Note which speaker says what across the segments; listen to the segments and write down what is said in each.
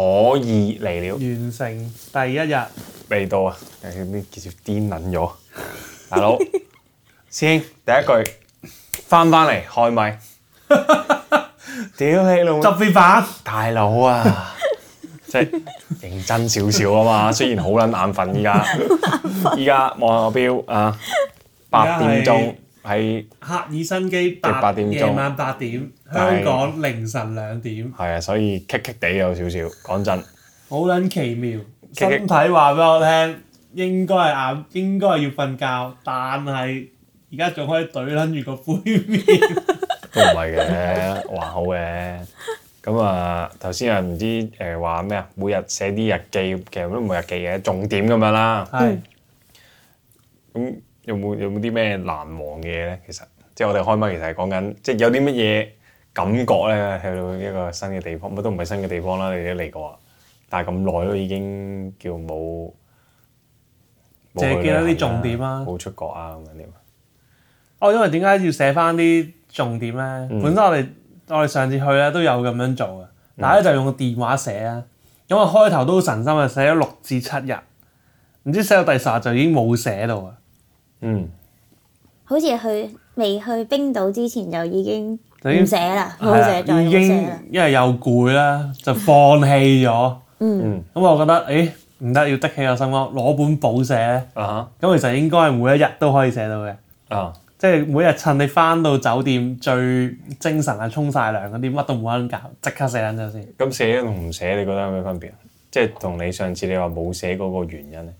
Speaker 1: 可以嚟了，
Speaker 2: 完成第一日，
Speaker 1: 未到啊！誒呢件事癲撚咗，大佬師兄第一句翻翻嚟開咪，屌你老母！
Speaker 2: 執飛板，
Speaker 1: 大佬啊，即係認真少少啊嘛。雖然好撚眼瞓依家，依家望下個錶啊，八點鐘喺
Speaker 2: 赫爾辛基
Speaker 1: 八
Speaker 2: 八
Speaker 1: 點鐘
Speaker 2: 夜晚八點，
Speaker 1: 但係
Speaker 2: 香港凌晨兩點，
Speaker 1: 係啊，所以棘棘地有少少。講真，
Speaker 2: 好撚奇妙。
Speaker 1: 激
Speaker 2: 身體話俾我聽，應該係晏，應該係要瞓覺，但係而家仲可以懟撚住個杯 面。
Speaker 1: 都唔係嘅， 還好嘅。咁啊，頭先啊唔知誒話咩啊，每日寫啲日記，其實都唔係日記嘅，重點咁樣啦。
Speaker 2: 係
Speaker 1: 咁有冇有冇啲咩難忘嘅嘢咧？其實即係我哋開麥其實係講緊，即係有啲乜嘢感覺咧？去到一個新嘅地方，乜都唔係新嘅地方啦，你哋都嚟過啊，但係咁耐都已經叫冇，冇
Speaker 2: 淨係
Speaker 1: 去
Speaker 2: 記得啲
Speaker 1: 旅行
Speaker 2: 重點啊
Speaker 1: 冇出國啊咁樣點啊？
Speaker 2: 哦，因為點解要寫翻啲重點咧？
Speaker 1: 嗯
Speaker 2: 本身我哋我哋上次去咧都有咁樣做嘅，但係咧就用個電話寫啊。因為開頭都好神心啊，寫咗六至七日，唔知寫到第十日就已經冇寫到啊。
Speaker 1: 嗯，
Speaker 3: 好似去未去冰島之前就已經
Speaker 2: 就已經
Speaker 3: 唔寫啦，冇
Speaker 2: 係啊
Speaker 3: 寫再
Speaker 2: 已
Speaker 3: 冇寫啦
Speaker 2: 經。因為又攰啦，就放棄咗。
Speaker 3: 嗯，
Speaker 2: 咁我覺得，誒唔得，要的起個心肝，攞本簿寫咧。
Speaker 1: 啊
Speaker 2: 咁其實應該係每一日都可以寫到嘅，
Speaker 1: 哈啊
Speaker 2: 即係每日趁你翻到酒店最精神啊，沖晒涼嗰啲，乜都冇得搞，即刻寫緊咗先。
Speaker 1: 咁寫同唔寫，你覺得有咩分別啊？即係同你上次你話冇寫嗰個原因咧，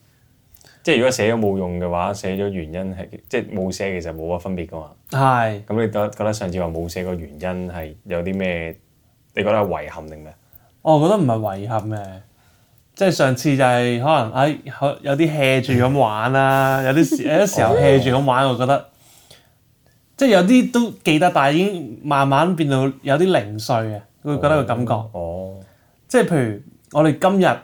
Speaker 1: 即係如果寫咗冇用嘅話，寫咗原因係即係冇寫其實冇乜分別噶嘛。
Speaker 2: 係
Speaker 1: 咁你覺得覺得上次話冇寫個原因係有啲咩？你覺得係遺憾定咩？
Speaker 2: 哦我覺得唔係遺憾嘅，即係上次就係可能唉可有啲 hea 住咁玩啦，有啲時有啲時候 hea 住咁玩，我覺得即係有啲都記得，但係已經慢慢變到有啲零碎嘅，會覺得個感覺。
Speaker 1: 哦，
Speaker 2: 即係譬如我哋今日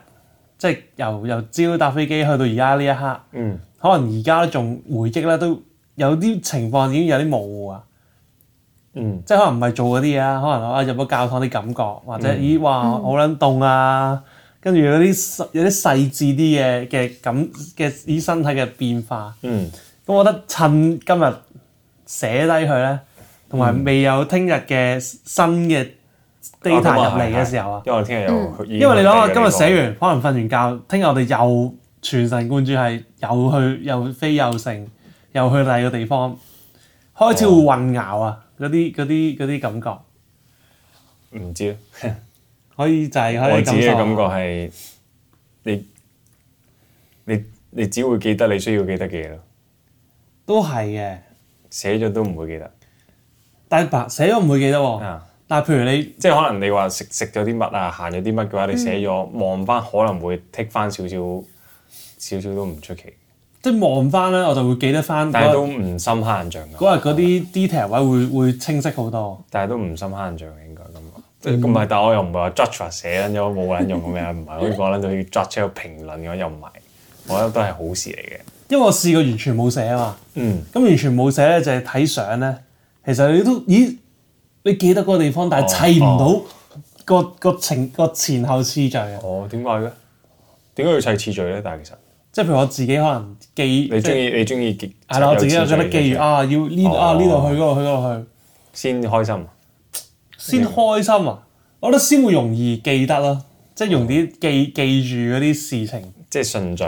Speaker 2: 即係由由朝搭飛機去到而家呢一刻，
Speaker 1: 嗯，
Speaker 2: 可能而家仲回憶咧都有啲情況已經有啲模糊啊。
Speaker 1: 嗯，
Speaker 2: 即係可能唔係做嗰啲嘢啊，可能啊入咗教堂啲感覺，或者咦哇好撚凍啊，跟住有啲細有啲細緻啲嘅嘅感嘅咦身體嘅變化，
Speaker 1: 嗯，
Speaker 2: 咁我覺得趁今日寫低佢咧，同埋未有聽日嘅新嘅 data
Speaker 1: 啊咁啊
Speaker 2: 入嚟嘅
Speaker 1: 係
Speaker 2: 時候啊，
Speaker 1: 因為我聽日又去，
Speaker 2: 因為你諗下今日
Speaker 1: 已
Speaker 2: 寫完，可能瞓完覺，聽日我哋又全神貫注係又去又飛又成，又去第二個地方，開始會混淆啊！嗰啲嗰啲嗰啲感覺，
Speaker 1: 經過唔知，啊
Speaker 2: 可以就係可
Speaker 1: 我
Speaker 2: 以
Speaker 1: 自己嘅
Speaker 2: 感
Speaker 1: 感覺
Speaker 2: 受。啊
Speaker 1: 係你你你只會記得你需要記得嘅嘢咯，
Speaker 2: 都係嘅，
Speaker 1: 寫咗都唔會記得
Speaker 2: 但係白寫咗唔會記得喎。
Speaker 1: 啊。
Speaker 2: 但係譬如你
Speaker 1: 即係可能你話食食咗啲乜啊，行咗啲乜嘅
Speaker 2: 嗯
Speaker 1: 話，你寫咗望翻可能會剔翻少少少少都唔出奇，
Speaker 2: 即係望翻咧，我就會記得翻
Speaker 1: 但係都
Speaker 2: 嗰日
Speaker 1: 唔深刻印象㗎。
Speaker 2: 嗰日嗰啲 detail 位會會清晰好多。
Speaker 1: 但係都唔深刻印象嘅應該咁講。即
Speaker 2: 嗯
Speaker 1: 係咁唔係，但係我又唔係話 judge 話寫撚咗冇撚用咁樣，唔係好似講撚到要 judge 喺度評論咁，又唔係。我覺得都係好事嚟嘅。
Speaker 2: 因為我試過完全冇寫啊嘛。
Speaker 1: 嗯，
Speaker 2: 咁完全冇寫咧，就係睇相咧。其實你都咦，你記得嗰個地方，
Speaker 1: 哦
Speaker 2: 但係砌唔到個、個情個前後次序啊嘅。
Speaker 1: 哦，點解嘅？點解要砌次序咧？但係其實
Speaker 2: 即係譬如我自己可能記，
Speaker 1: 你
Speaker 2: 即
Speaker 1: 中
Speaker 2: 係
Speaker 1: 意你中意記
Speaker 2: 係啦，我自己
Speaker 1: 有
Speaker 2: 又
Speaker 1: 次序
Speaker 2: 覺得
Speaker 1: 嘅
Speaker 2: 記
Speaker 1: 嘢
Speaker 2: 住啊，要呢
Speaker 1: 哦
Speaker 2: 啊呢度去嗰度去嗰度去，
Speaker 1: 先開心。
Speaker 2: 先開心啊！我覺得先會容易記得咯，即係容易啲記記住嗰啲事情。
Speaker 1: 即係順序。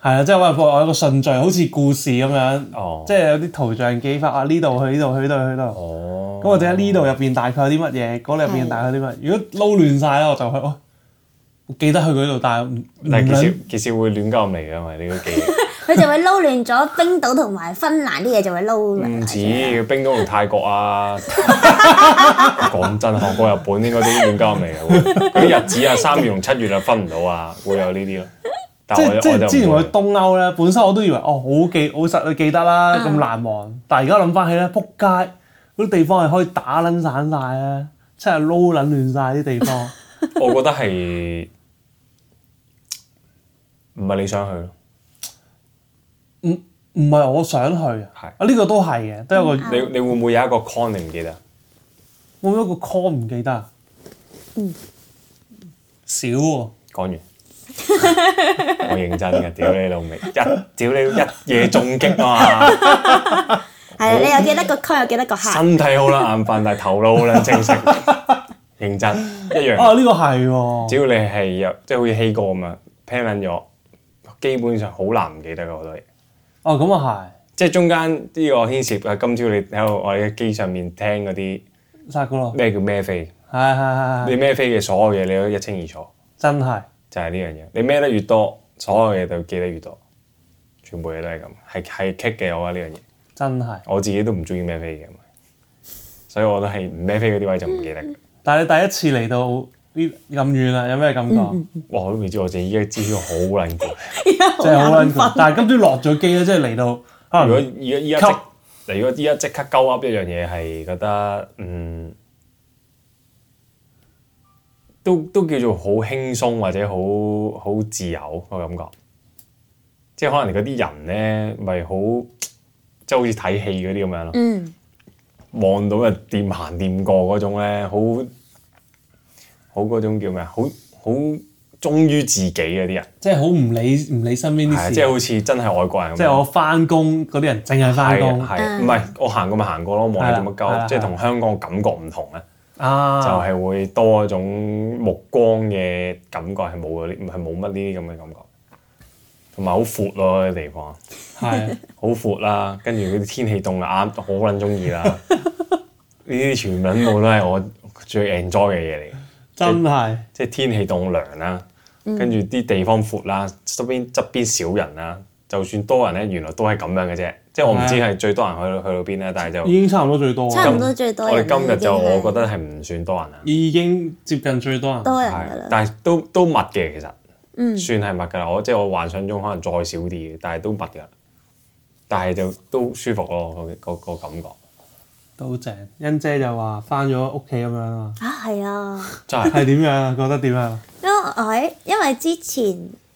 Speaker 2: 係啊，即係我有個我有個順序，好似故事咁樣，
Speaker 1: 哦
Speaker 2: 即係有啲圖像記法啊，呢度去呢度去呢度去呢度。
Speaker 1: 哦。
Speaker 2: 咁或者呢度入邊大概有啲乜嘢，嗰度入邊大概有啲乜。如果撈亂晒咧，我就去，哇我記得去嗰度，但係唔唔
Speaker 1: 但係其
Speaker 2: 撚
Speaker 1: 實其實會亂鳩嚟㗎嘛？你個記憶
Speaker 3: 佢就會撈亂咗冰島同埋芬蘭啲嘢，就會撈
Speaker 1: 唔
Speaker 2: 啊
Speaker 3: 亂。
Speaker 1: 止冰島同泰國 啊。講真，韓國、日本應該都亂鳩嚟嘅啊喎。嗰啲日子啊，三月同七月啊分唔到啊，會有呢啲咯。但
Speaker 2: 即
Speaker 1: 啊係我
Speaker 2: 係即
Speaker 1: 我就
Speaker 2: 係
Speaker 1: 唔
Speaker 2: 之前
Speaker 1: 會
Speaker 2: 我去東歐咧，本身我都以為哦好記好實記得啦，咁難忘。但係而家諗翻起咧，撲街嗰啲地方係可以打撚散晒咧，即係撈撚亂晒啲地方。
Speaker 1: 我覺得係唔係你想去咯？
Speaker 2: 唔係我想去
Speaker 1: 係
Speaker 2: 啊，啊呢個都係嘅，都有個
Speaker 1: 你你會唔會有一個 con 你唔記得？
Speaker 2: 冇一個 call 唔記得啊。少喎，
Speaker 1: 講 完，我認真嘅，屌你老味，一屌你一夜中擊啊 嘛！
Speaker 3: 係啊，你有幾多個區，有幾多個 客？
Speaker 1: 身體好啦，眼瞓，但係頭腦好啦，清晰，認真一樣。
Speaker 2: 啊呢個係
Speaker 1: 只
Speaker 2: 喎，
Speaker 1: 要你係有即係好似希哥咁樣 plan 撚咗，基本上好難唔記得嘅好多嘢。
Speaker 2: 哦咁啊
Speaker 1: 即係中間呢個牽涉啊，今朝你喺度我哋嘅機上面聽嗰啲
Speaker 2: 係，殺個咯，
Speaker 1: 咩叫咩飛，
Speaker 2: 哦係係係
Speaker 1: 你
Speaker 2: 係，
Speaker 1: 咩飛嘅所有嘢你都一清二楚，
Speaker 2: 真係
Speaker 1: 就係呢樣嘢。你孭得越多，所有嘢就記得越多，全部嘢都係咁，係係棘嘅我覺得呢樣嘢。
Speaker 2: 真係。
Speaker 1: 我自己都唔中意孭飛嘅，所以我都係唔孭飛嗰啲位就唔記得。
Speaker 2: 但係你第一次嚟到呢咁遠啦，有咩感覺？
Speaker 1: 哇！我都未知，我自己而家知道好撚攰。
Speaker 2: 即係好撚攰。但係今朝落咗機啦，即係嚟到可
Speaker 1: 如果
Speaker 2: 能
Speaker 1: 而家依家
Speaker 2: 吸
Speaker 1: 即，如果依家即刻鳩噏一樣嘢係覺得嗯，都都叫做好輕鬆或者好好自由個感覺。即係可能嗰啲人咧，咪好即係好似睇戲嗰啲咁樣咯。
Speaker 3: 嗯，
Speaker 1: 望到人掂行掂過嗰種咧，好好嗰種叫咩啊？好好忠於自己嗰啲人，
Speaker 2: 即係好唔理唔理身邊
Speaker 1: 係
Speaker 2: 啲
Speaker 1: 啊
Speaker 2: 事，
Speaker 1: 即係好似真係外國人咁樣。
Speaker 2: 即係我翻工嗰啲人淨係翻
Speaker 1: 係
Speaker 2: 工
Speaker 1: 啊係啊唔係我行過咪行過咯，望你做乜
Speaker 2: 係啦係啦
Speaker 1: 鳩，即係同香港嘅感覺唔同咧，就
Speaker 2: 啊，
Speaker 1: 係會多一種目光嘅感覺，係冇嗰啲，係冇乜呢啲咁嘅感覺，同埋好闊咯啲地方，
Speaker 2: 係
Speaker 1: 好闊啦，跟住嗰啲天氣凍啊，啱好撚中意啦， 呢啲全撚部都係我最 enjoy 嘅嘢嚟嘅。
Speaker 2: 真係
Speaker 1: 即係天氣凍涼啦，跟住啲地方闊啦，側邊側邊少人啦，就算多人咧，原來都係咁樣嘅啫。即係我唔知係最多人去到去到邊咧，但係就
Speaker 2: 已經差唔多最多啦，啊
Speaker 3: 差唔多最多
Speaker 1: 我哋
Speaker 3: 人啦。
Speaker 1: 今日就
Speaker 3: 已經係
Speaker 1: 我覺得係唔算多人啦，
Speaker 2: 已經接近最多人。啊
Speaker 3: 多人㗎
Speaker 1: 係
Speaker 3: 啦，
Speaker 1: 但係都都密嘅其實，
Speaker 3: 嗯
Speaker 1: 算係密㗎啦。我即係我幻想中可能再少啲嘅，但係都密㗎啦。但係就都舒服咯，個個個感覺
Speaker 2: 都正，欣姐就話翻咗屋企咁樣啊嘛，
Speaker 3: 啊係啊。
Speaker 1: 真 係
Speaker 2: 係點樣啊？覺得點啊？
Speaker 3: 因為我喺因為之前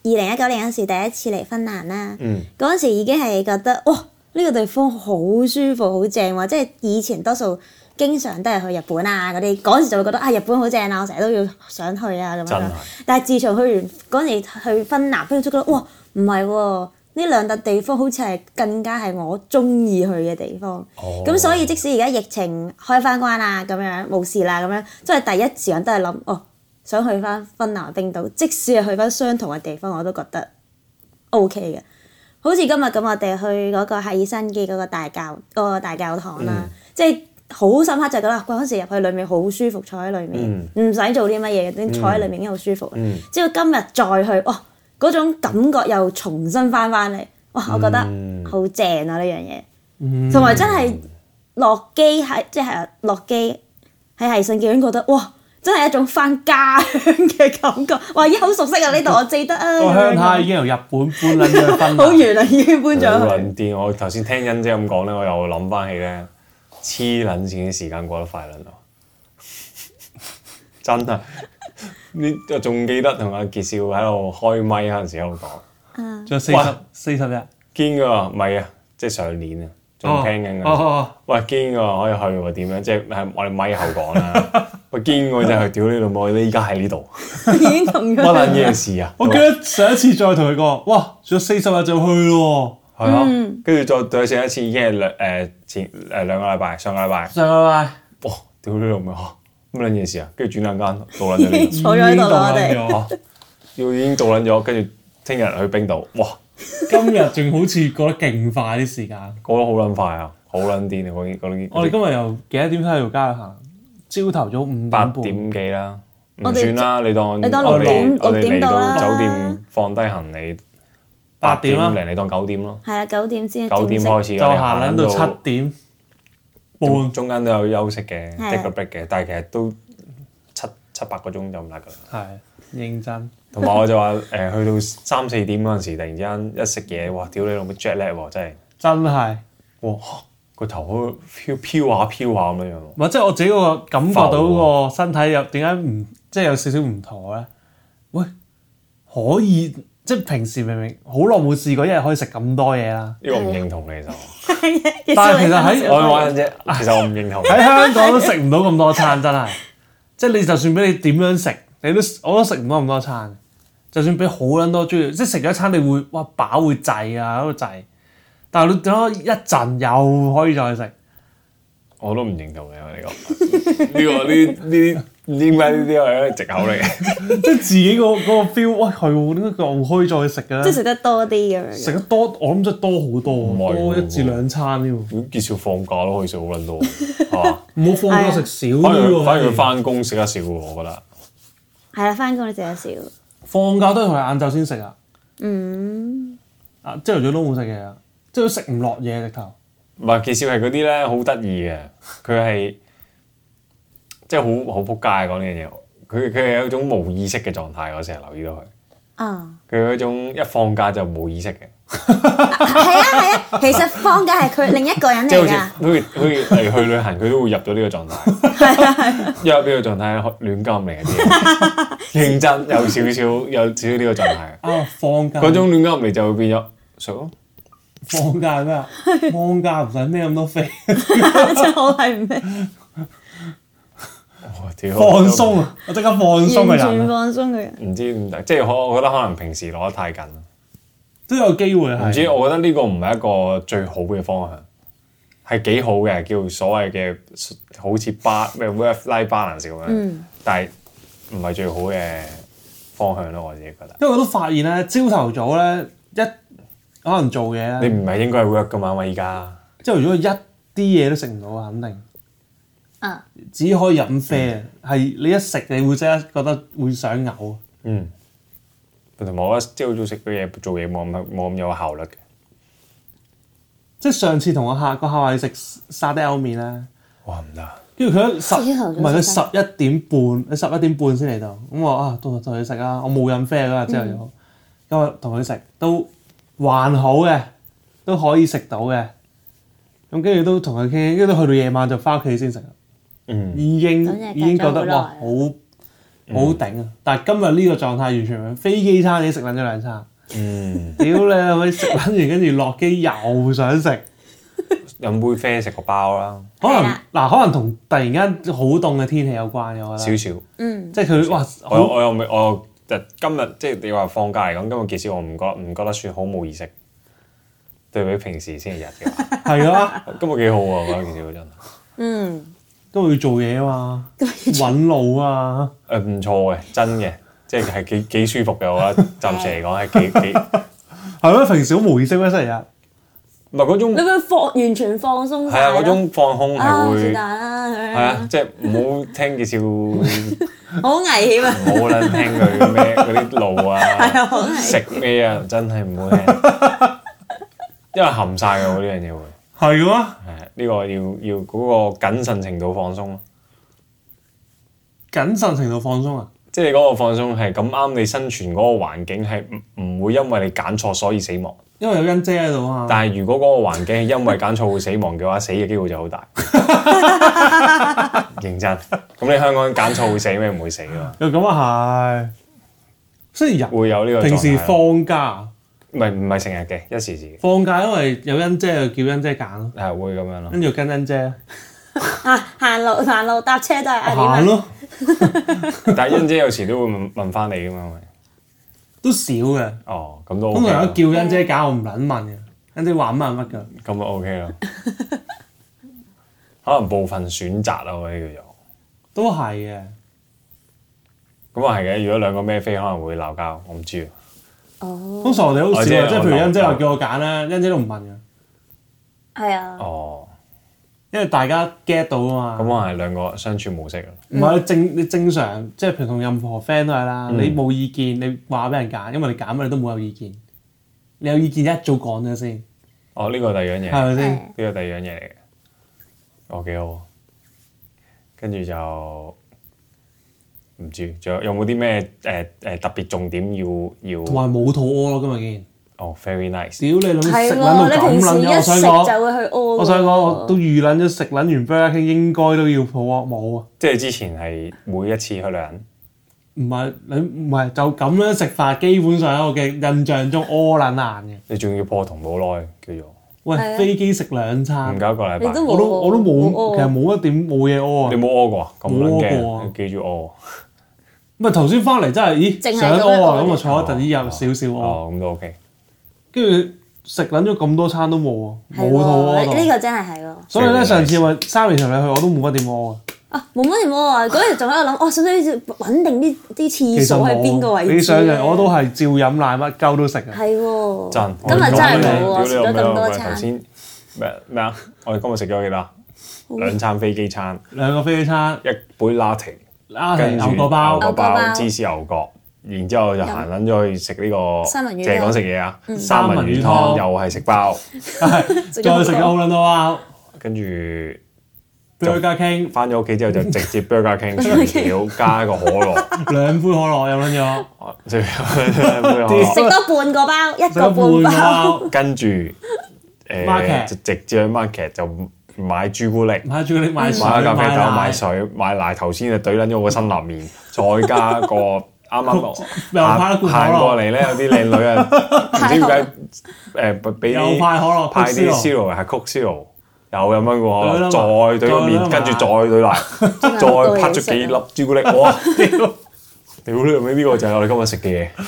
Speaker 3: 二零一九年嗰時第一次嚟芬蘭啦，
Speaker 1: 嗯
Speaker 3: 嗰陣、時已經係覺得哇呢、個地方好舒服好正喎，即係以前多數經常都係去日本啊嗰啲，嗰陣時就會覺得啊日本好正啊，我成日都要想去啊咁樣
Speaker 1: 真係
Speaker 3: 啦。但係自從去完嗰陣時去芬蘭，跟住就覺得哇唔係喎。呢兩笪地方好似係更加係我中意去嘅地方，
Speaker 1: 哦
Speaker 3: 咁、所以即使而家疫情開翻關啦，咁樣冇事啦，咁樣即係第一時間都係諗哦，想去翻芬蘭冰島，即使係去翻相同嘅地方，我都覺得 O K 嘅。好似今日咁，我哋去嗰個赫爾辛基嗰個大教嗰、個大教堂啦，
Speaker 1: 嗯
Speaker 3: 即係好深刻就係覺得嗰陣時入去裏面好舒服，坐喺裏面唔使、做啲乜嘢，你坐喺裏面已經好舒服啦。
Speaker 1: 嗯
Speaker 3: 只要今日再去，哇！嗰種感覺又重新翻翻嚟，哇！我覺得
Speaker 1: 嗯
Speaker 3: 好正啊呢樣嘢。
Speaker 2: 嗯
Speaker 3: 同埋真係落機喺即係落機喺係信已經覺得哇，真係一種翻家鄉嘅感覺。 哇！已經好熟悉啊呢度，我記得啊。
Speaker 2: 個嗯哦鄉下
Speaker 3: 咁
Speaker 2: 已
Speaker 3: 樣
Speaker 2: 經由日本搬撚咗去芬
Speaker 3: 好
Speaker 2: 蘭，
Speaker 3: 遠啦，已經搬
Speaker 1: 好
Speaker 2: 啊
Speaker 3: 咗去。
Speaker 1: 撚癲！我頭先聽欣姐咁講咧，我又諗翻起咧，黐撚線啲時間過得快撚到， 真係！你我仲記得同阿傑少喺度開咪嗰陣時喺度講，
Speaker 3: 啊
Speaker 2: 仲有四十
Speaker 1: 哇
Speaker 2: 四十日，
Speaker 1: 堅㗎，唔係啊，即係上年啊，仲聽緊
Speaker 2: 哦哦
Speaker 1: 㗎。
Speaker 2: 哦
Speaker 1: 喂，堅㗎，可以去喎？點樣？即係係我哋咪後講啦。 喂，堅㗎真係，屌你老母！你依家喺呢度，
Speaker 3: 已經同
Speaker 1: 乜撚
Speaker 3: 佢。
Speaker 1: 嘢事啊？
Speaker 2: 我記得上一次再同佢講，哇，仲有四十日就去咯
Speaker 1: 係啊，跟住再對上一次已經係兩誒前誒兩個禮拜，上個禮拜
Speaker 2: 喎，。上個拜拜
Speaker 1: 哇！屌你老味嚇，乜撚嘢事啊？跟住轉眼間到撚咗 呢度，
Speaker 2: 啊
Speaker 3: 坐咗喺度啊啦，我
Speaker 2: 已經
Speaker 3: 哋
Speaker 2: 到撚咗
Speaker 1: 要已經到撚咗，跟住聽日去冰島，哇！
Speaker 2: 今日仲好似過得勁快啲時間，
Speaker 1: 過得好撚快啊，好撚癲啊！嗰啲嗰啲
Speaker 2: 我哋今日由幾多點喺條街行？朝頭早五點
Speaker 1: 八
Speaker 2: 半，
Speaker 1: 點幾啦，
Speaker 3: 我
Speaker 1: 唔
Speaker 3: 哋
Speaker 1: 算啦，你當
Speaker 3: 你當
Speaker 1: 我哋
Speaker 2: 六點
Speaker 1: 我哋
Speaker 3: 六點
Speaker 1: 嚟
Speaker 3: 到啦
Speaker 1: 酒店放低行李
Speaker 2: 八點啦
Speaker 1: 零，你當九點咯，
Speaker 3: 係啊，九點先
Speaker 1: 九點
Speaker 3: 正式
Speaker 1: 開始
Speaker 2: 就
Speaker 1: 我哋
Speaker 2: 行撚到七點半，
Speaker 1: 中中間都有休息嘅
Speaker 3: 係
Speaker 1: ，take a break 嘅，但係其實都七七八個鐘就唔得噶啦。
Speaker 2: 係認真。
Speaker 1: 同埋我就話誒， 呃去到三四點嗰陣時，突然之間一食嘢，哇！屌你老母 jet lag 喎，真係〜
Speaker 2: 真係，
Speaker 1: 哇！個頭飄飄下飄下咁樣樣喎，
Speaker 2: 唔係即係我自己個感覺到個身體有點解唔即係有少少唔妥咧？喂，可以即係平時明明好耐冇試過，一日可以食咁多嘢啦。
Speaker 1: 呢
Speaker 3: 啊
Speaker 1: 個唔認同嘅其實我。
Speaker 3: 其
Speaker 2: 但係其實喺
Speaker 3: 我哋
Speaker 1: 我玩啫，其實我唔認同。
Speaker 2: 喺香港都食唔到咁多餐，真係。即係你就算俾你點樣食，你都我都食唔到咁多餐，就算俾好撚多中意，即係食咗一餐你會哇飽會滯啊，喺度滯。但係你等咗一陣又可以再食，
Speaker 1: 我都唔認同你啊！呢個呢個呢呢呢點解呢啲係藉口嚟嘅？
Speaker 2: 即係自己個嗰個 feel，喂係喎，點解又可以再食嘅
Speaker 3: 即係
Speaker 2: 咧？
Speaker 3: 食得多啲咁樣。
Speaker 2: 食得多，我諗真係多好
Speaker 1: 係
Speaker 2: 多，
Speaker 1: 喎
Speaker 2: 多一至兩餐添喎。
Speaker 1: 咁結少放假都可以食好撚多，係嘛？
Speaker 2: 唔好放
Speaker 3: 係啊
Speaker 2: 多食少
Speaker 1: 反
Speaker 2: 啲
Speaker 1: 而
Speaker 2: 喎。
Speaker 1: 反而翻工食得少喎，我覺得。
Speaker 3: 係啦，翻工你食得少，
Speaker 2: 放假都係晏晝先食啊。嗯。啊，朝頭早都冇食嘢啊，即係都食唔落嘢直頭。
Speaker 1: 唔係，其少係嗰啲咧，好得意嘅。佢係即係好好撲街講呢樣嘢。佢佢係有一種無意識嘅狀態，我成日留意到佢。
Speaker 3: 啊，
Speaker 1: 佢嗰種一放假就冇意識嘅，
Speaker 3: 係啊係啊，其實放假係佢另一 個人
Speaker 1: 即係好
Speaker 3: 嚟
Speaker 1: 似
Speaker 3: 㗎，
Speaker 1: 好似好似嚟去旅行，佢都會入到呢個狀態。係啊入呢個狀態亂鳩嚟嘅啲嘢，認真有少少有少少呢個狀態。
Speaker 2: 啊，放假
Speaker 1: 嗰種亂鳩嚟就會變咗熟咯。
Speaker 2: 放假係咩啊？放假唔使咩咁 多肥，
Speaker 3: 真係好係唔明，
Speaker 1: 哇哦屌
Speaker 2: 放鬆！啊！我即刻放鬆嘅
Speaker 3: 完全
Speaker 2: 人啊，
Speaker 3: 放鬆嘅人。
Speaker 1: 唔知點解，即係可我覺得可能平時攞得太緊。
Speaker 2: 都有機會係。
Speaker 1: 唔知，我覺得呢個唔係一個最好嘅方向，係幾好嘅，叫所謂嘅好似巴咩 work-life balance 咁樣，但係唔係最好嘅方向咯，我自己覺得。
Speaker 2: 因為我都發現咧，朝頭早咧一可能做嘢
Speaker 1: 你
Speaker 2: 咧，
Speaker 1: 唔係應該係 work 噶嘛？嘛依家
Speaker 2: 朝頭早一啲嘢都食唔到啊，肯定
Speaker 3: 啊，
Speaker 2: 只可以飲啡啊。
Speaker 1: 嗯
Speaker 2: 係你一食，你會即刻覺得會想嘔啊。
Speaker 1: 同埋我覺得朝早食嘅嘢做嘢冇咁冇咁有效率嘅。
Speaker 2: 即係上次同我客個客話你食沙爹歐麵啊咧。
Speaker 1: 哇唔得，啊
Speaker 2: 跟住佢一十
Speaker 3: 朝頭
Speaker 2: 唔
Speaker 3: 早
Speaker 2: 係佢
Speaker 3: 食
Speaker 2: 十
Speaker 3: 飯
Speaker 2: 一點半，佢十一點半先嚟到。咁我話啊，同同佢食啊，我冇飲啡嗰日之後
Speaker 3: 嗯
Speaker 2: 有，因為同佢食都還好嘅，都可以食到嘅。咁跟住都同佢傾，跟住都去到夜晚就翻屋企先食啦。
Speaker 1: 嗯，
Speaker 2: 已經
Speaker 3: 咁就係
Speaker 2: 已經覺
Speaker 3: 隔
Speaker 2: 得
Speaker 3: 咗好耐
Speaker 2: 哇，好好頂啊！但係今日呢個狀態完全唔係，飛機餐已經食撚咗兩餐。
Speaker 1: 嗯，
Speaker 2: 屌你老味，食撚完跟住落機又想食。
Speaker 1: 飲杯啡食個包啦，
Speaker 2: 可能
Speaker 3: 係啦
Speaker 2: 嗱，可能同突然間好凍嘅天氣有關嘅，我覺
Speaker 1: 少
Speaker 2: 得。
Speaker 1: 少。
Speaker 3: 嗯，
Speaker 2: 即係佢哇，
Speaker 1: 我
Speaker 2: 好
Speaker 1: 又啊我又未我又今日即係你話放假嚟講，今日其實我唔覺唔覺得算好冇意識，對比平時星期日嘅 話。
Speaker 2: 係啊，
Speaker 1: 今日幾好啊！嗰件事真係，
Speaker 3: 嗯，
Speaker 2: 都要做嘢啊嘛，揾路啊，
Speaker 1: 誒唔錯嘅，真嘅，即係係幾幾舒服嘅。我 覺得暫時嚟講係幾幾，
Speaker 2: 係咯，平時好無意識咩？星期日
Speaker 1: 唔係嗰種
Speaker 3: 你會放完全放鬆
Speaker 1: 係
Speaker 3: 晒
Speaker 1: 啊，
Speaker 3: 咯
Speaker 1: 嗰種放空係
Speaker 3: 啊，
Speaker 1: 會
Speaker 3: 是
Speaker 1: 係
Speaker 3: 但啦咁樣
Speaker 1: 啊，，即係唔好聽介紹，唔
Speaker 3: 好危險啊，
Speaker 1: 好撚聽佢咩嗰啲路 啊，
Speaker 3: 好危險。
Speaker 1: 食咩啊，真係唔好聽，因為含晒嘅喎呢樣嘢會
Speaker 2: 係嘅
Speaker 1: 係
Speaker 2: 咩？
Speaker 1: 啊呢個要要嗰個謹慎程度放鬆咯。
Speaker 2: 謹慎程度放鬆啊，
Speaker 1: 即係你嗰個放鬆係咁啱你生存嗰個環境係唔唔會因為你揀錯所以死亡。
Speaker 2: 因為有欣姐喺度啊嘛，
Speaker 1: 但係如果嗰個環境係因為揀錯會死亡嘅話，死嘅機會就好大。認真，咁你香港揀錯會死咩？唔會死噶嘛，
Speaker 2: 又咁啊係，星期日
Speaker 1: 會有呢個狀態啊
Speaker 2: 平時放假，
Speaker 1: 唔係唔係成日嘅，一時時
Speaker 2: 放假因為有欣姐就叫欣姐揀咯，
Speaker 1: 係會咁樣咯。
Speaker 2: 跟住跟欣姐
Speaker 3: 啊，行路行路搭車都係啊點啊
Speaker 2: 行咯，
Speaker 1: 但係欣姐有時都會問問翻你噶嘛，係咪
Speaker 2: 都少嘅。
Speaker 1: 哦咁都
Speaker 2: 通
Speaker 1: OK
Speaker 2: 常一
Speaker 1: 啦，
Speaker 2: 叫欣姐揀，我唔撚問嘅，欣姐話乜就乜㗎，
Speaker 1: 咁就 OK 啦。 可能部分選擇啦，我呢叫做
Speaker 2: 都係嘅。
Speaker 1: 咁啊係嘅。如果兩個孭飛可能會鬧交，我唔知啊。
Speaker 2: 通常我哋好少啊，
Speaker 1: 哦
Speaker 2: 即
Speaker 1: 即係
Speaker 2: 係譬
Speaker 1: 我
Speaker 2: 如
Speaker 1: 留
Speaker 2: 欣姐
Speaker 1: 意
Speaker 2: 話
Speaker 1: 到
Speaker 2: 叫我揀啦，欣姐都唔問嘅。
Speaker 3: 係啊，
Speaker 1: 哦，
Speaker 2: 因為大家 get 到啊
Speaker 1: 咁可
Speaker 2: 嘛，
Speaker 1: 能係兩個相處模式啊咯。
Speaker 2: 唔係正你正常，即係平同任何 friend 都係啦。你冇意見，你話俾人揀，因為你揀乜你都冇有意見。你有意見一早講咗先，
Speaker 1: 哦，呢個第二樣嘢。
Speaker 2: 係咪先？
Speaker 1: 呢
Speaker 3: 係啊
Speaker 1: 個第二樣嘢嚟嘅，我幾好喎。跟住就唔知，仲有有冇啲咩誒誒特別重點要要？
Speaker 2: 同埋冇肚屙咯，今日見。
Speaker 1: 哦，very nice。
Speaker 2: 屌你諗
Speaker 3: 係
Speaker 2: 食撚
Speaker 3: 喎，
Speaker 2: 到
Speaker 3: 你
Speaker 2: 咁
Speaker 3: 平時
Speaker 2: 撚
Speaker 3: 一
Speaker 2: 樣，我想
Speaker 3: 食就
Speaker 2: 講，
Speaker 3: 會去屙㗎喎。
Speaker 2: 我想講，我都預撚咗食撚完 Burger King 應該都要肚屙冇啊。
Speaker 1: 即係之前係每一次去旅行，
Speaker 2: 唔係你唔係就咁樣食法，基本上喺我嘅印象中屙撚爛嘅。
Speaker 1: 你仲要破同冇耐，叫做
Speaker 2: 喂，
Speaker 3: 係啊
Speaker 2: 飛機食兩
Speaker 1: 唔
Speaker 2: 餐，
Speaker 1: 夠一個禮
Speaker 3: 你都
Speaker 1: 拜。
Speaker 2: 我都我都冇，
Speaker 3: 冇屙哦
Speaker 2: 其實冇一點冇嘢屙啊
Speaker 1: 你。冇屙過啊？咁
Speaker 2: 冇
Speaker 1: 撚
Speaker 2: 屙過啊
Speaker 1: 驚，你記住屙。
Speaker 2: 唔係頭先翻嚟真係，
Speaker 3: 淨
Speaker 2: 咦
Speaker 3: 係
Speaker 2: 想
Speaker 3: 咁樣
Speaker 2: 屙啊，
Speaker 3: 屙
Speaker 2: 咁啊坐一陣，咦有少少屙，
Speaker 1: 哦，咁都 OK。
Speaker 2: 跟住食撚咗咁多餐都冇啊，冇
Speaker 3: 係
Speaker 2: 肚屙
Speaker 3: 喎，
Speaker 2: 到。
Speaker 3: 呢個真係係喎。
Speaker 2: 所以咧上次咪三年前你去我都冇乜點屙啊，
Speaker 3: 啊，冇乜點屙啊！嗰日仲喺度諗，哦，使唔使揾定啲啲
Speaker 2: 其
Speaker 3: 廁
Speaker 2: 實
Speaker 3: 所喺邊個
Speaker 2: 冇
Speaker 3: 位置啊
Speaker 2: 你上嚟我都係照飲奶乜鳩都食啊，
Speaker 3: 係喎，
Speaker 1: 真
Speaker 3: 今日真係冇
Speaker 1: 啊我
Speaker 3: 喎，
Speaker 1: 哋
Speaker 3: 食咗咁多
Speaker 1: 頭
Speaker 3: 餐，
Speaker 1: 先咩咩啊？我哋今日食咗幾多啊？兩餐飛機餐，
Speaker 2: 兩個飛機餐，
Speaker 1: 一杯 latte，
Speaker 2: 拉提
Speaker 1: 跟住
Speaker 2: 牛角包
Speaker 1: 牛，角
Speaker 3: 牛角
Speaker 1: 包、
Speaker 3: 包
Speaker 1: 芝士牛角，然之後就行撚咗去食呢個
Speaker 3: 三文魚
Speaker 1: 淨係
Speaker 3: 湯嗯
Speaker 1: 講食嘢啊！三文魚
Speaker 2: 三文魚湯
Speaker 1: 湯又係食包，
Speaker 3: 食
Speaker 2: 再食咗好
Speaker 3: 咗
Speaker 2: 撚多包
Speaker 1: 跟住。
Speaker 2: ，Burger King
Speaker 1: 翻咗屋企之後就直接 burger king 薯條加一個可樂，
Speaker 2: 兩杯可樂飲撚咗，
Speaker 1: 最後一杯可樂
Speaker 3: 食多半個包，一
Speaker 2: 食
Speaker 3: 個
Speaker 2: 咗半個
Speaker 3: 半包，
Speaker 2: 包，
Speaker 1: 跟 住
Speaker 2: Market
Speaker 1: 誒就直接去 market 就買朱古力，買
Speaker 2: 買朱古力買水
Speaker 1: 咗咖啡豆、
Speaker 2: 奶
Speaker 1: 買 水、買奶，頭先就懟撚咗個辛辣麵，再 加個啱啱落
Speaker 2: 又派一罐
Speaker 1: 行
Speaker 2: 可樂
Speaker 1: 行過嚟咧，有啲靚女 啊，唔知點解誒俾
Speaker 2: 又
Speaker 1: 啲
Speaker 2: 派可樂
Speaker 1: 派啲
Speaker 2: Coke
Speaker 1: zero 係 cook zero。有飲翻個可樂，
Speaker 2: 懟撚埋
Speaker 1: 再懟個
Speaker 2: 懟撚埋
Speaker 1: 麵，跟住再懟 奶，
Speaker 3: 真係
Speaker 1: 再
Speaker 3: 好多
Speaker 1: 拍
Speaker 3: 嘢
Speaker 1: 咗
Speaker 3: 食啊
Speaker 1: 幾粒朱古力，哇！屌你老味，呢個就係我哋今日食嘅嘢。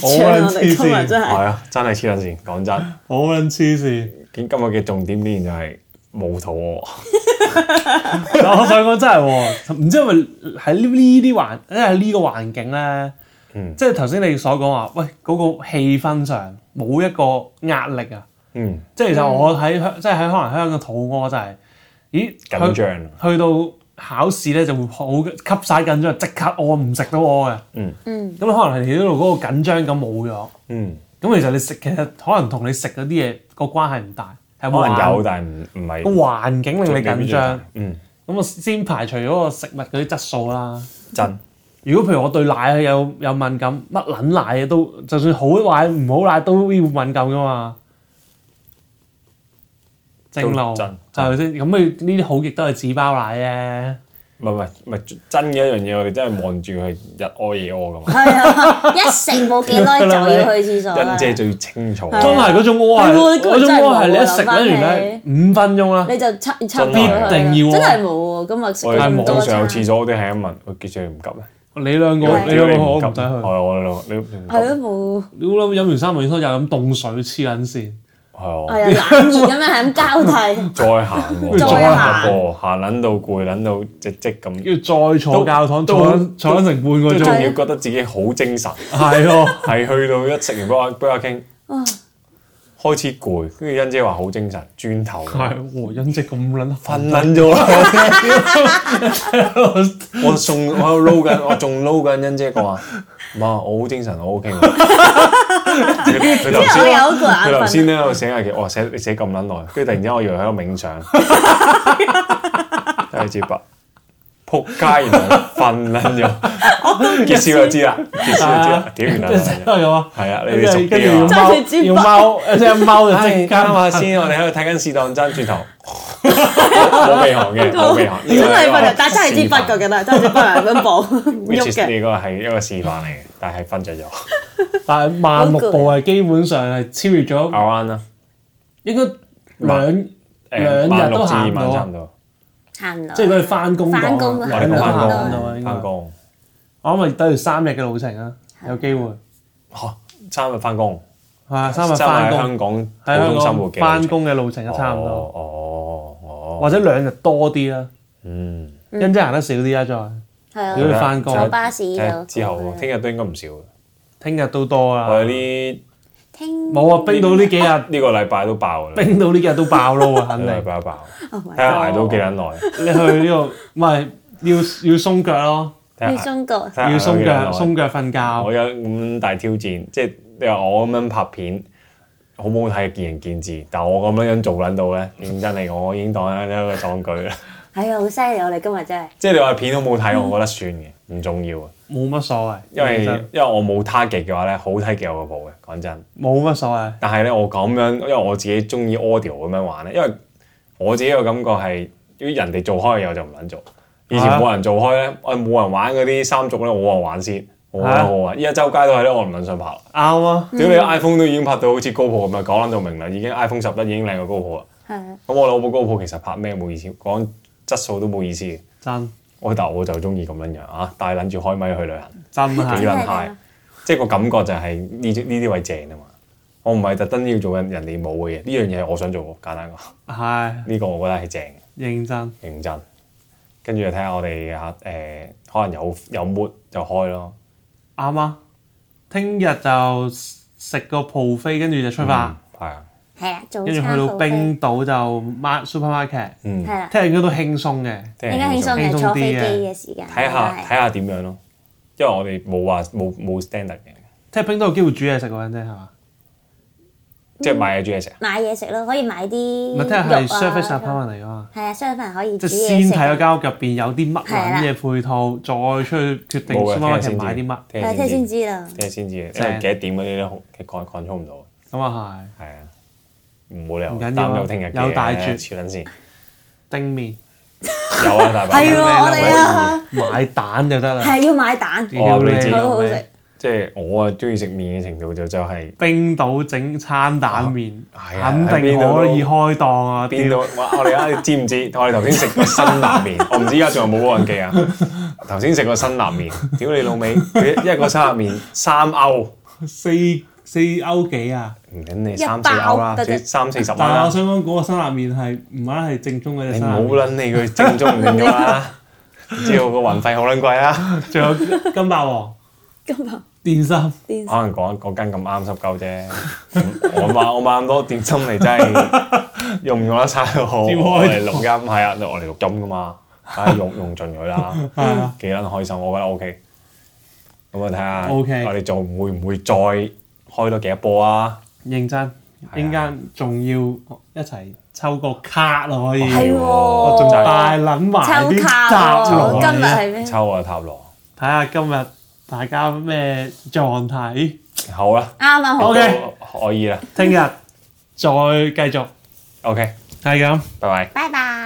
Speaker 2: 好
Speaker 3: 超
Speaker 2: 撚
Speaker 3: 我哋
Speaker 2: 黐
Speaker 3: 今日
Speaker 2: 線
Speaker 3: 真係
Speaker 1: 係啊，真係黐撚線，講真，
Speaker 2: 好撚黐線！
Speaker 1: 今今日嘅重點竟然就係冇肚 餓，
Speaker 2: 但我想講真係喎，唔知係咪喺呢呢啲環，因為呢個環境咧，
Speaker 1: 嗯
Speaker 2: 即係頭先你所講話，喂嗰、個氣氛上冇一個壓力啊！
Speaker 1: 嗯，
Speaker 2: 即係其實我喺香，即係喺可能香港肚屙就係、咦
Speaker 1: 緊
Speaker 2: 去
Speaker 1: 張，
Speaker 2: 去到考試咧就會好吸晒緊張，即刻屙唔食都屙嘅。
Speaker 1: 嗯
Speaker 2: 咁可能係你呢度嗰個緊張感冇咗，
Speaker 1: 嗯，
Speaker 2: 咁其實你食其實可能同你食嗰啲嘢個關係唔大，係
Speaker 1: 可能有，
Speaker 2: 環
Speaker 1: 但係唔唔
Speaker 2: 個
Speaker 1: 係
Speaker 2: 環境令你緊張。，
Speaker 1: 嗯，
Speaker 2: 咁我先排除嗰個食物嗰啲質素啦。
Speaker 1: 真
Speaker 2: 如果譬如我對奶有有敏感，乜撚奶嘅都，就算好奶唔好奶都要敏感噶嘛。正路
Speaker 1: 都真
Speaker 2: 係咪先？咁佢呢啲好極都係紙包奶
Speaker 1: 唔係唔係唔係真嘅一樣嘢，我哋真係望住佢日屙夜屙噶嘛，
Speaker 3: 係啊，一食冇幾耐就要去廁所啊啦
Speaker 1: 欣，姐最清楚，
Speaker 2: 啫，
Speaker 3: 係啊
Speaker 2: 真係嗰種屙係
Speaker 3: 係喎
Speaker 2: 嗰種屙係你一
Speaker 3: 真係冇啊
Speaker 2: 食
Speaker 3: 諗返
Speaker 2: 跟
Speaker 3: 起
Speaker 2: 住咧五分鐘啦，
Speaker 3: 你就差差唔
Speaker 1: 真
Speaker 3: 多
Speaker 2: 係
Speaker 3: 啦
Speaker 2: 必定要啊
Speaker 3: 真係冇喎，今日食
Speaker 1: 我哋
Speaker 3: 咁
Speaker 1: 網
Speaker 3: 多
Speaker 1: 上有
Speaker 3: 餐，
Speaker 1: 廁所嗰啲係咁問，喂，記住你唔急咧，
Speaker 2: 你兩個
Speaker 3: 係啊
Speaker 2: 你兩個我唔
Speaker 1: 急
Speaker 2: 使
Speaker 1: 係
Speaker 2: 去。
Speaker 1: 我兩個你唔急，
Speaker 3: 係咯冇。
Speaker 2: 你諗飲完三文魚湯又飲凍水黐撚線，
Speaker 1: 係
Speaker 3: 係
Speaker 1: 啊，
Speaker 3: 啊，冷熱咁樣係咁 交替，
Speaker 1: 再行喎，
Speaker 2: 再
Speaker 3: 行
Speaker 1: 過，行撚到攰，撚到隻積咁，
Speaker 2: 跟住再坐教堂
Speaker 1: 都
Speaker 2: 坐撚坐撚成半個
Speaker 1: 都仲
Speaker 2: 鐘，
Speaker 1: 要覺得自己好精神。
Speaker 2: 係咯。
Speaker 1: 係去到一食完 burger burger king，開始攰，跟住欣姐話好精神，轉頭瞓
Speaker 2: 係和欣姐咁撚瞓，
Speaker 1: 撚咗啦。我仲我喺度撈緊，我仲撈緊欣姐講話，媽我好精神，我 OK 㗎。佢佢頭
Speaker 3: 因為
Speaker 1: 先
Speaker 3: 我有一個
Speaker 1: 佢
Speaker 3: 眼
Speaker 1: 頭
Speaker 3: 瞓。
Speaker 1: 先咧，我寫下嘅，我寫你寫咁撚耐，跟住突然之間我以為喺度 冥想，睇支筆，撲街原來瞓撚咗，結少就知啦，結少就知啦，屌原來瞓咗
Speaker 2: 都係咁啊。
Speaker 1: 係啊，你
Speaker 2: 跟
Speaker 1: 哋熟
Speaker 2: 住跟住
Speaker 1: 啲
Speaker 2: 要
Speaker 1: 啊。
Speaker 3: 揸住支筆
Speaker 2: 踎，要踎，即係踎就
Speaker 1: 唉，
Speaker 2: 即刻
Speaker 1: 啱
Speaker 2: 啊
Speaker 1: 下先，我哋喺度睇緊試當真轉頭， 冇鼻 鼾嘅，冇鼻鼾，呢個係一
Speaker 3: 真係
Speaker 1: 個
Speaker 3: 瞓着，但真係支筆
Speaker 1: 示範
Speaker 3: 㗎，記得真係支筆係 咁補唔
Speaker 1: which
Speaker 3: 喐
Speaker 1: is
Speaker 3: 嘅。
Speaker 1: 呢個係一個示範嚟嘅，但係瞓着咗
Speaker 2: 嗯但係萬六步係基本上係超越咗，
Speaker 1: ，around 啦，
Speaker 2: 應該兩
Speaker 1: 啊誒，
Speaker 2: 兩
Speaker 1: 萬
Speaker 2: 日都
Speaker 1: 六至
Speaker 2: 行
Speaker 1: 二
Speaker 2: 唔到
Speaker 1: 萬差
Speaker 2: 啊
Speaker 1: 唔多，
Speaker 3: 差唔多。
Speaker 2: 即係佢哋翻工
Speaker 3: 返工
Speaker 1: 我
Speaker 3: 嗰
Speaker 2: 兩
Speaker 1: 哋講
Speaker 2: 日都
Speaker 1: 翻
Speaker 2: 行
Speaker 3: 返
Speaker 2: 唔到啊，
Speaker 1: 工，
Speaker 2: 應
Speaker 1: 翻
Speaker 2: 該。
Speaker 1: 工，
Speaker 2: 我諗咪得住三日嘅路程啊，有機會
Speaker 1: 嚇，三日翻工，
Speaker 2: 係啊，三日
Speaker 1: 三
Speaker 2: 翻
Speaker 1: 喺
Speaker 2: 工
Speaker 1: 香港
Speaker 2: 喺
Speaker 1: 普
Speaker 2: 香
Speaker 1: 通生活
Speaker 2: 港
Speaker 1: 嘅
Speaker 2: 翻工嘅路程就差唔多，
Speaker 1: 哦哦哦，
Speaker 2: 或者兩日多啲啦。
Speaker 1: 嗯，
Speaker 2: 欣姐行得少啲啦，
Speaker 3: 係啊
Speaker 2: 如果你返工
Speaker 3: 坐巴士
Speaker 1: 誒
Speaker 3: 就
Speaker 1: 之後聽日都應該唔少嘅，
Speaker 2: 再聽日都多啦
Speaker 1: 我。哋呢
Speaker 3: 聽
Speaker 2: 冇啊，冰島呢幾日，
Speaker 1: 呢個禮拜都爆嘅啦，
Speaker 2: 冰島呢幾日都爆咯喎，
Speaker 1: 呢
Speaker 2: 肯
Speaker 1: 個禮
Speaker 2: 定。
Speaker 1: 拜都爆，
Speaker 3: Oh my
Speaker 1: 睇下捱
Speaker 3: God
Speaker 1: 到幾撚耐。
Speaker 2: 你去呢度唔係要要鬆腳咯。
Speaker 3: 去中國
Speaker 1: 睇下
Speaker 2: 要鬆腳，
Speaker 1: 有幾
Speaker 2: 鬆腳瞓
Speaker 1: 耐
Speaker 2: 覺。
Speaker 1: 我有咁大挑戰，即係你話我咁樣拍片好唔好睇，見仁見智。但我咁樣樣做撚到咧，認真嚟講，我已經當緊一個壯舉啦。
Speaker 3: 係啊，好犀利！我哋今日真係
Speaker 1: 即係你話片好唔好睇，我覺得算嘅，唔重要啊。
Speaker 2: 冇乜所謂，
Speaker 1: 因為
Speaker 2: 其
Speaker 1: 因
Speaker 2: 實
Speaker 1: 為我冇 target 嘅話咧，好睇嘅我個部嘅，講真。
Speaker 2: 冇乜所謂。
Speaker 1: 但係咧，我咁樣，因為我自己中意 audio 咁樣玩咧，因為我自己個感覺係，如果人哋做開嘅嘢我就唔撚做。以前
Speaker 2: 係啊
Speaker 1: 冇人做開咧，我冇人玩嗰啲三族咧，我啊玩先，我覺
Speaker 2: 係啊
Speaker 1: 得好玩。依家周街都係咧，我唔撚想拍啦。
Speaker 2: 啱啊，
Speaker 1: 屌你 iPhone 都已經拍到好似高普咁啊，講撚到明啦，已經 iPhone 十一已經靚過高普啦。
Speaker 3: 係啊
Speaker 1: 咁我攞部高普其實拍咩冇意思，講質素都冇意思嘅。
Speaker 2: 真
Speaker 1: 我但我就中意咁樣樣啊，帶撚住開咪去旅行。
Speaker 2: 真
Speaker 1: 幾
Speaker 2: 係
Speaker 1: 撚
Speaker 3: 係
Speaker 1: high，
Speaker 3: 啊
Speaker 1: 即係個感覺就係呢呢啲位正啊嘛。我唔係特登要做緊人哋冇嘅嘢，呢樣嘢係我想做喎，簡單講，
Speaker 2: 係
Speaker 1: 呢個我覺得係正
Speaker 2: 認真。
Speaker 1: 認真。跟住就睇下我哋嚇誒，可能有有 mood 就開咯。
Speaker 2: 啱啊！聽日就食個 b 飛，跟住就出發，
Speaker 1: 係啊，
Speaker 3: 係啊，早
Speaker 2: 跟住去
Speaker 3: 餐
Speaker 2: 到
Speaker 3: 好飛，
Speaker 2: 冰島就 mar supermarket。
Speaker 1: 嗯
Speaker 3: 係，啦，
Speaker 2: 聽日應該都輕鬆嘅，
Speaker 1: 聽日
Speaker 3: 應該
Speaker 2: 輕
Speaker 3: 輕鬆
Speaker 2: 鬆
Speaker 3: 嘅
Speaker 2: 啲
Speaker 3: 坐飛機
Speaker 2: 嘅
Speaker 3: 嘅時間，
Speaker 1: 睇下睇
Speaker 3: 係
Speaker 1: 下點樣咯，因為我哋冇話冇冇 standard 嘅，
Speaker 2: 聽日冰島有機會煮嘢食嗰陣啫，係嘛？
Speaker 1: 即係買嘢煮嘢食啊。
Speaker 3: 買嘢食咯，可以買啲
Speaker 2: 唔係聽日
Speaker 3: 肉
Speaker 2: 係
Speaker 3: 啊
Speaker 2: service apartment 嚟噶嘛？
Speaker 3: 係啊，商品可以
Speaker 2: 即
Speaker 3: 煮
Speaker 2: 係
Speaker 3: 嘢
Speaker 2: 先
Speaker 3: 食
Speaker 2: 睇
Speaker 3: 啊。
Speaker 2: 個間屋入邊有啲乜
Speaker 3: 係啦啊
Speaker 2: 撚嘢配套，再出去決定
Speaker 1: 冇嘅，聽日
Speaker 2: supermarket
Speaker 1: 先
Speaker 2: 買啲乜。
Speaker 1: 知。
Speaker 3: 係聽
Speaker 1: 聽
Speaker 3: 日
Speaker 1: 日
Speaker 3: 先
Speaker 1: 先知。
Speaker 3: 知啦。
Speaker 1: 聽日先知嘅，因為
Speaker 2: 正
Speaker 1: 幾多點嗰啲咧好 con control 唔到。
Speaker 2: 咁啊
Speaker 1: 係啊，冇理由
Speaker 2: 唔緊要啊
Speaker 1: 擔憂聽日嘅
Speaker 2: 有大絕
Speaker 1: 黐撚線。
Speaker 2: 係，叮面
Speaker 1: 有啊，大把
Speaker 3: 係喎，
Speaker 1: 人
Speaker 3: 我哋啊，
Speaker 2: 買蛋就得啦。
Speaker 3: 係要買蛋，
Speaker 2: 哦
Speaker 1: 我話俾你知
Speaker 3: 好
Speaker 2: 屌
Speaker 3: 好
Speaker 2: 你
Speaker 3: 食。
Speaker 1: 即係我啊，中意食麵嘅程度就就係
Speaker 2: 冰島整餐蛋面，
Speaker 1: 係啊
Speaker 2: 肯
Speaker 1: 喺
Speaker 2: 定
Speaker 1: 邊度都
Speaker 2: 可以開檔啊！
Speaker 1: 邊 度？
Speaker 2: 屌
Speaker 1: 哇我哋啱知唔知？我哋頭先食個辛辣麵，我唔知而家仲有冇嗰個記啊。頭先食個辛辣麵，屌你老味，佢一個辛辣麵三歐，
Speaker 2: 四四歐幾啊？
Speaker 1: 唔緊你
Speaker 3: 一
Speaker 1: 三四歐啦，
Speaker 3: 包得啫
Speaker 1: 最三四十蚊
Speaker 2: 但係
Speaker 1: 啦
Speaker 2: 我。想講嗰個辛辣面係唔啱係正宗嗰只
Speaker 1: 你唔
Speaker 2: 辛辣
Speaker 1: 好
Speaker 2: 麵，
Speaker 1: 撚理佢正宗唔正宗 啦，知道個運費好撚貴啊啦。
Speaker 2: 仲有金霸王
Speaker 3: 今日
Speaker 2: 電芯。
Speaker 3: 電視
Speaker 1: 可能講嗰間咁啱濕鳩啫。我買我買咁多點心嚟，真係用唔用得晒 都好。我
Speaker 2: 照開
Speaker 1: 哋錄音係啊，我哋錄音噶嘛，梗係用用盡佢啦。
Speaker 2: 係啊，
Speaker 1: 幾撚開心，我覺得 OK。咁啊，睇下
Speaker 2: OK
Speaker 1: 我哋仲會唔會再開多幾多波啊？
Speaker 2: 認真，一陣間仲要一齊抽個卡咯，可以
Speaker 3: 係喎，
Speaker 1: 我
Speaker 2: 仲大撚埋啲
Speaker 3: 抽卡
Speaker 2: 集落
Speaker 3: 喎，
Speaker 2: 嚟
Speaker 3: 今日係咩？
Speaker 1: 抽啊塔羅，
Speaker 2: 睇下今日大家咩狀 態。咦
Speaker 1: 好啦
Speaker 3: 啱啊，好
Speaker 2: OK
Speaker 1: 都可以啦。
Speaker 2: 聽日再繼續，
Speaker 1: OK，
Speaker 2: 係咁。
Speaker 1: 拜拜。
Speaker 3: 拜拜。